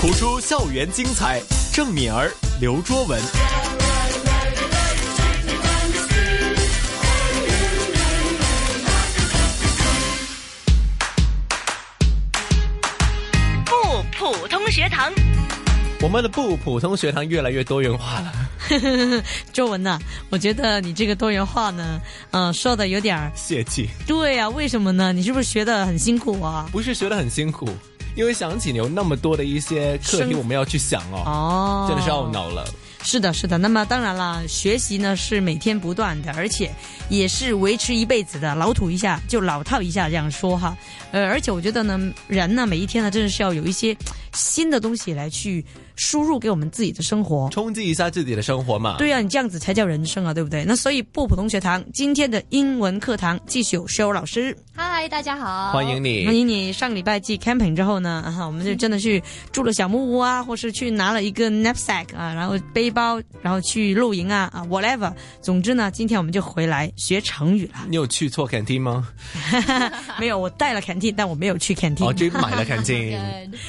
谱出校园精彩。郑敏儿、刘卓文。不普通学堂，我们的不普通学堂越来越多元化了。 周文呐、我觉得你这个多元化呢，嗯、说的有点儿泄气，对呀、为什么呢？你是不是学的很辛苦啊？不是学得很辛苦，因为想起你有那么多的一些课题，生我们要去想哦，哦，真的是懊恼了。是的，是的。那么当然啦，学习呢是每天不断的，而且也是维持一辈子的，老土一下就老套一下这样说哈。呃，而且我觉得呢，人呢每一天呢真的是要有一些新的东西来去输入给我们自己的生活。冲击一下自己的生活嘛。对呀、你这样子才叫人生啊，对不对？那所以不普通学堂今天的英文课堂继续有 show 老师，嗨，大家好，欢迎你。欢迎你上个礼拜去 camping 之后呢，啊，我们就真的去住了小木屋啊，或是去拿了一个 knapsack 啊，然后背包，然后去露营啊啊 whatever。总之呢，今天我们就回来学成语 了。你有去错 canteen 吗？没有，我带了 canteen，但我没有去 canteen 哦，。这买了 canteen。 Good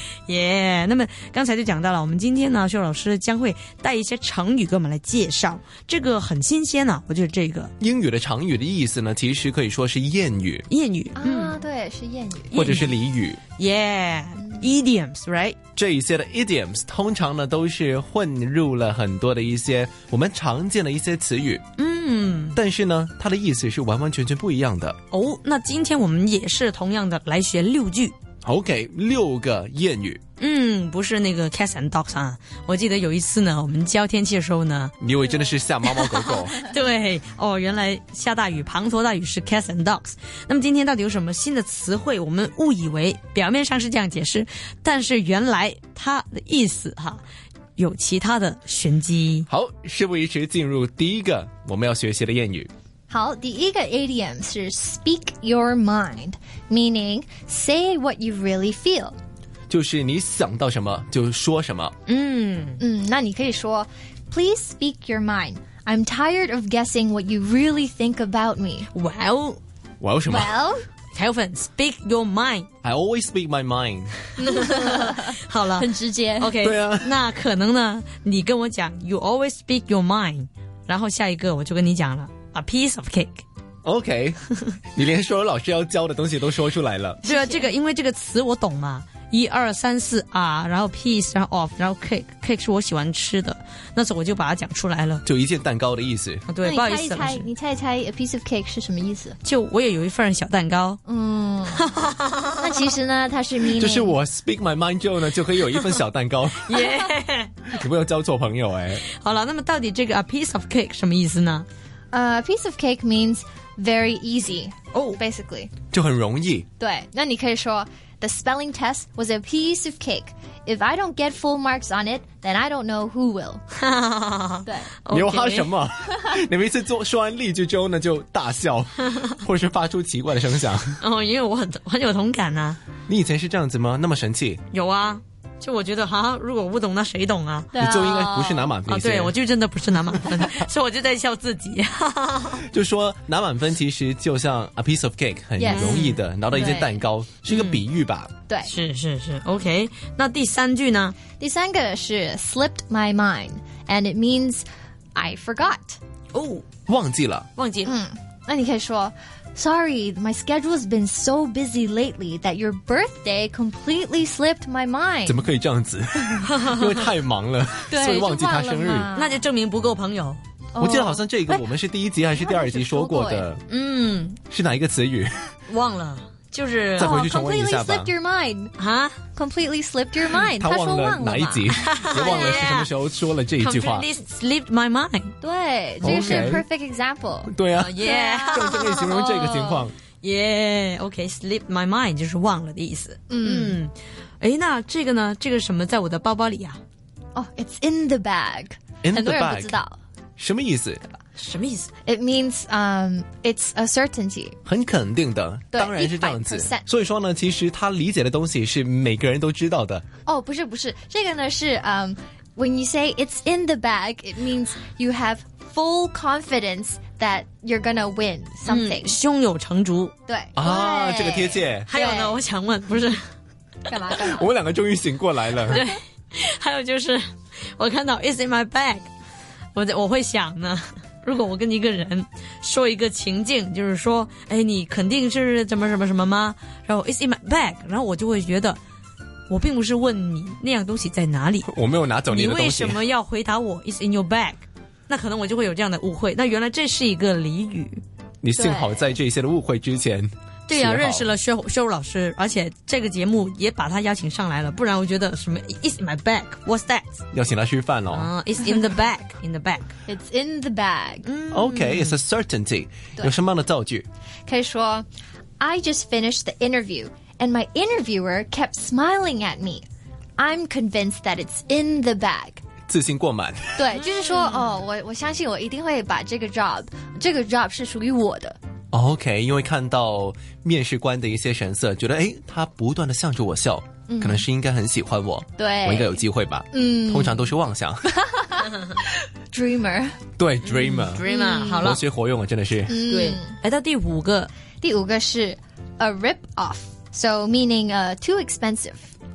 耶、那么刚才就讲到了，我们今天呢，秀老师将会带一些成语给我们来介绍，这个很新鲜啊，我觉得这个英语的常语的意思呢，其实可以说是谚语谚语，嗯，啊，对，是谚语。嗯或者是俚语。耶、idioms，right？这一些的 idioms 通常呢都是混入了很多的一些我们常见的一些词语，嗯，但是呢，它的意思是完完全全不一样的。哦，那今天我们也是同样的来学六句。 OK，六个谚语，嗯，不是那个 cats and dogs 啊。我记得有一次呢，我们教天气的时 候呢，你以为真的是吓猫猫狗狗？对哦，原来下大雨，滂沱大雨是 cats and dogs。那么今天到底有什么新的词汇？我们误以为表面上是这样解释，但是原来它的意思哈有其他的玄机。好，事不宜迟，进入第一个我们要学习的谚语。好，第一个 idiom 是 speak your mind，meaning say what you really feel。就是你想到什么就说什么。嗯，嗯，那你可以说，Please speak your mind. I'm tired of guessing what you really think about me. 哇哦，我要什么 Well，还有粉 speak your mind。 ？I always speak my mind。好了，很直接。 OK，对啊那可能呢，你跟我讲 you always speak your mind，然后下一个我就跟你讲了 a piece of cake。 OK，你连说老师要教的东西都说出来了。这这个因为这个词我懂嘛，一二三四啊，然后 piece，然后 of，然后 cake，cake 是我喜欢吃的，那时候我就把它讲出来了。就一件蛋糕的意思。啊对，那不好你意猜一思，老猜，师，你猜一猜，a piece of cake 是什么意思？就我也有一份小蛋 糕。嗯，那其实呢，它是 meaning，就是我 speak my mind 之后呢，就可以有一份小蛋糕。耶、你不要交错朋友哎。好了，那么到底这个 a piece of cake 什么意思呢？呃、p i e c e of cake means very easy 哦 basically。就很容易。对，那你可以说，The spelling test was a piece of cake. If I don't get full marks on it, then I don't know who will. 对。你又 OK 哈啊什么？你每次做说完例句之后呢，就大笑，或者是发出奇怪的声响。哦，因为我很很有同感呐、你以前是这样子吗？那么神气，有啊，就我觉得哈、如果我不懂，那谁懂啊？你就应该不是拿满分。啊，谢谢对，我就真的不是拿满分， 所以我就在笑自己。 就说拿满分其实就像 a piece of cake，很 Yes 容易的拿到一件蛋糕，是一个比喻吧。对，是是是，OK。那第三句呢？第三个是 slipped my mind and it means I forgot。哦，忘记了，忘记了。嗯那你可以说 Sorry, my schedule's been so busy lately that your birthday completely slipped my mind。怎么可以这样子？因为太忙了，对所以忘记他生日就忘。了嘛哦那就证明不够朋友。Oh. 我记得好像这个我们是第一集还是第二集说过的，嗯，是哪一个词语？忘了，就是再哦回去重温一 Oh, completely 下吧 slipped your mind, 啊 completely slipped your mind。他说忘了忘哪一嘛 集，也忘了是什么时候说了这一句 话。 ，completely slipped my mind。对，这个是 OK perfect example。对啊， 耶正正的形容这个情哦况。耶，OK，slipped my mind 就是忘了的意思。嗯，哎，那这个呢？这个什么在我的包包里啊？哦，it's Oh, in the bag。 In 很 the 多人不 bag 知道什么意思？什么意思？ ，it means um it's a certainty。很肯定的，对当然是这样子100%。所以说呢，其实他理解的东西是每个人都知道的。哦，Oh, 不是不是，这个呢是嗯、w h e n you say it's in the bag, it means you have full confidence that you're gonna win 嗯 something、胸有成竹。对 Mm. 啊，对这个贴切。还有呢？我想问，不是干嘛干嘛？我们两个终于醒过来了。还有就是，我看到 is in my bag，我在我会想呢，如果我跟一个人说一个情境，就是说，哎，你肯定是怎么什么什么吗？然后 is in my bag，然后我就会觉得，我并不是问你那样东西在哪里， 我没有拿走你的为东西什。么要回答我 is in your bag？那可能我就会有这样的误会。那原来这是一个俚语。你幸好在这些的误会之前，对呀、学好认识了薛薛老师，而且这个节目也把他邀请上来了，不然我觉得什么 is in my bag，what's that？要请他吃饭哦喽。啊、i s in the bag，in the bag。 It's in the bag. OK，it's、a certainty。有什么样的造句？可以说, I just finished the interview and my interviewer kept smiling at me. I'm convinced that it's in the bag. 自信过满。对，就是说，哦，我我相信我一定会把这个 job，这个 job 是属于我的。 OK，因为看到面试官的一些神色，觉得诶，他不断的向着我笑，嗯可能是应该很喜欢我，对我应该有机会吧。嗯，通常都是妄 想。 Dreamer。对，dreamer， Dreamer，、好活了，学活用啊，真的是。嗯对，来到第五个，第五个是 a rip off. So meaning uh, too expensive.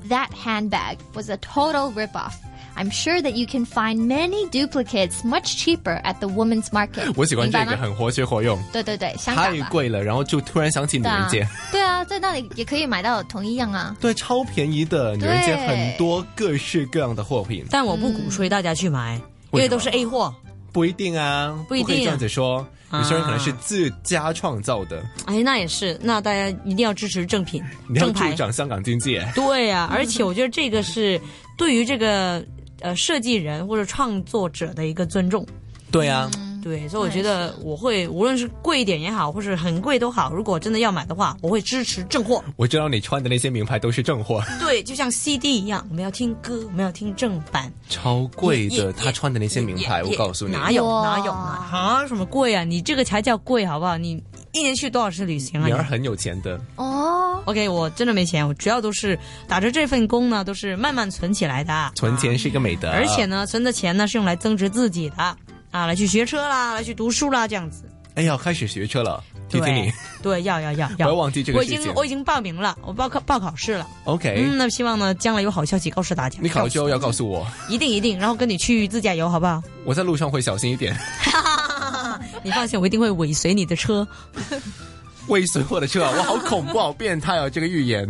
That handbag was a total rip off. I'm sure that you can find many duplicates much cheaper at the woman's market. 我喜欢这明白吗？个，很活学活用。对对对，香港吧。太贵了，然后就突然想起女人街，对啊，对啊，在那里也可以买到同一样啊。对，超便宜的女人街对很多各式各样的货品，但我不鼓吹大家去买，为因什么为都是 A 货。不一定啊，不一定啊可以这样子说，有些人可能是啊自家创造的，哎，那也是，那大家一定要支持正品你、要正助牌。长香港经济。对呀、 而且我觉得这个是对于这个呃设计人或者创作者的一个尊重。对啊，对，所以我觉得我会，无论是贵一点也好，或是很贵都好，如果真的要买的话，我会支持正货。我知道你穿的那些名牌都是正货，对，就像 CD 一样，我们要听歌，我们要听正版。超贵也的。也他穿的那些名牌，也我告诉你，哪有哇哪有哪有啊？什么贵啊？你这个才叫贵好不好？你一年去多少次旅行啊女儿你很有钱的。哦， ？OK，我真的没钱，我主要都是打着这份工呢，都是慢慢存起来的啊，存钱是一个美德，而且，呢，存的钱呢是用来增值自己的啊，来去学车啦，来去读书啦，这样子。哎呀，开始学车了，提醒你对嗯对，要要要要，不要忘记这个我事已情经我已经报名了，我报考报考试了。 ，OK，嗯，那希望呢，将来有好消息告诉大家。你考了之后告要告诉我，诉一定一定，然后跟你去自驾游好不好？我在路上会小心一点， 你放心，我一定会尾随你的车。未随我的车啊，我好恐怖，好变态啊！这个预言，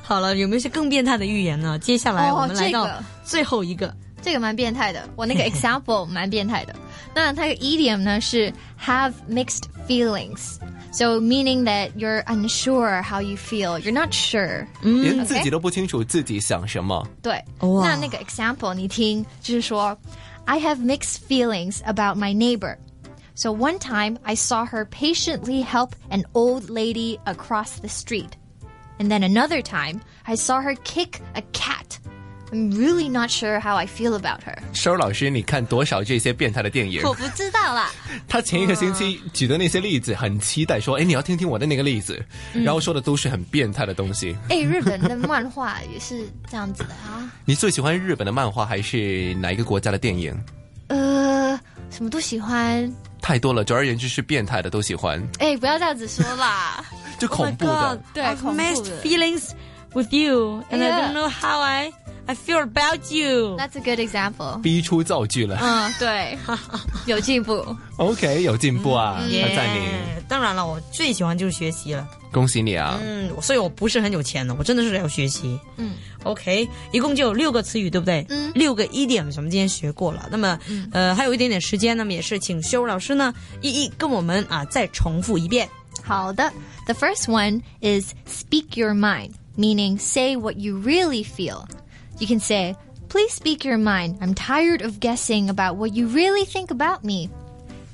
好了，有没有一些更变态的预言呢？接下来哦我们来到这个最后一个，这个蛮变态的，我那个 example 蛮变态的。那它的 idiom 呢是 have mixed feelings。So meaning that you're unsure how you feel, you're not sure. 嗯连自己都不清楚自己想什么。哎对，哇那那个 example 你听，就是说，I have mixed feelings about my neighbor. So one time I saw her patiently help an old lady across the street, and then another time I saw her kick a cat. I'm really not sure how I feel about her. 收老师，你看多少这些变态的电影？我不知道啦。他前一个星期举的那些例子，很期待说，哎，你要听听我的那个例子，嗯然后说的都是很变态的东西。哎，日本的漫画也是这样子的啊，你最喜欢日本的漫画还是哪一个国家的电影？ 呃，什么都喜欢。太多了，总而言之是变态的都喜欢，哎，不要这样子说啦。就恐怖的。 对 I've 恐怖的 messed feelings with you, and I Yeah. don't know how I I feel about you. That's a good example。逼出造句了、 嗯，对，有进步。 o k 有进步啊，耶他赞你，当然了，我最喜欢就是学习了。恭喜你啊！嗯，所以我不是很有钱的，我真的是要学习。嗯，OK，一共就有六个词语，对不对？嗯六个一点，我们今天学过了。那么，呃，还有一点点时间，那么也是请修老师呢一一跟我们啊再重复一遍。 The first one is speak your mind, meaning say what you really feel. You can say, "Please speak your mind. I'm tired of guessing about what you really think about me."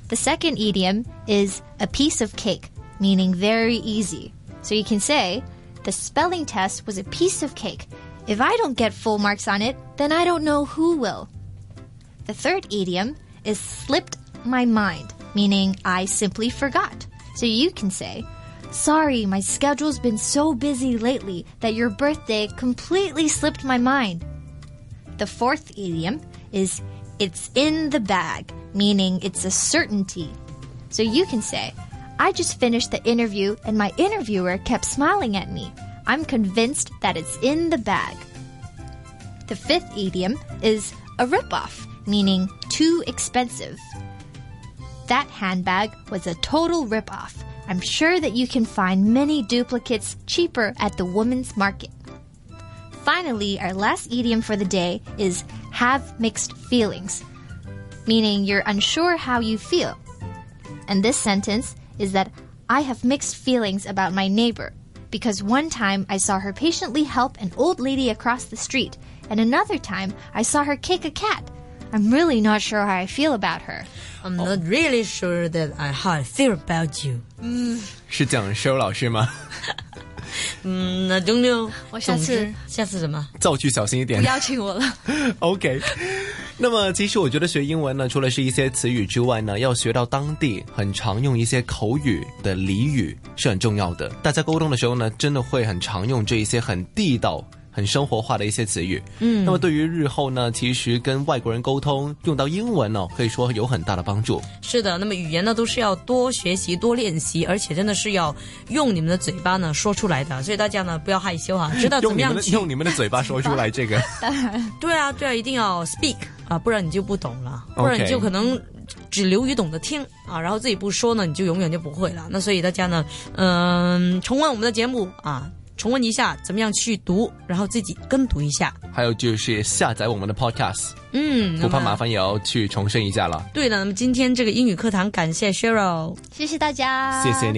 The second idiom is a piece of cake, meaning very easy. So you can say, "The spelling test was a piece of cake. If I don't get full marks on it, then I don't know who will." The third idiom is slipped my mind, meaning I simply forgot. So you can say, Sorry, my schedule's been so busy lately that your birthday completely slipped my mind. The fourth idiom is it's in the bag, meaning it's a certainty. So you can say, I just finished the interview and my interviewer kept smiling at me. I'm convinced that it's in the bag. The The fifth idiom is a ripoff, meaning too expensive. That handbag was a total ripoff. I'm sure that you can find many duplicates cheaper at the woman's market. Finally, our last idiom for the day is have mixed feelings, meaning you're unsure how you feel. And this sentence is that I have mixed feelings about my neighbor because one time I saw her patiently help an old lady across the street, and another time I saw her kick a cat. I'm really not sure how I feel about her. I'm not really sure that I how I feel about you. 是讲收老师吗？ 嗯，I don't know。我下次总之下次什么？造句小心一点。OK，那么其实我觉得学英文呢，除了是一些词语之外呢，要学到当地很常用一些口语的俚语是很重要的。大家沟通的时候呢，真的会很常用这一些很地道。很生活化的一些词语，嗯，那么对于日后呢，其实跟外国人沟通用到英文呢，可以说有很大的帮助。是的，那么语言呢都是要多学习、多练习，而且真的是要用你们的嘴巴呢说出来的，所以大家呢不要害羞啊，知道怎用么你们样的去。用你们的嘴巴说出来 这个，对啊，对啊，一定要 speak 啊，不然你就不懂了，不然 OK 你就可能只流于懂得听啊，然后自己不说呢，你就永远就不会了。那所以大家呢，嗯、重温我们的节目啊，重温一下怎么样去读，然后自己跟读一下。还有就是下载我们的 Podcast，嗯，不怕那么麻。烦也要去重申一下了。对的，那么今天这个英语课堂，感谢 Cheryl。谢谢大家，谢谢你。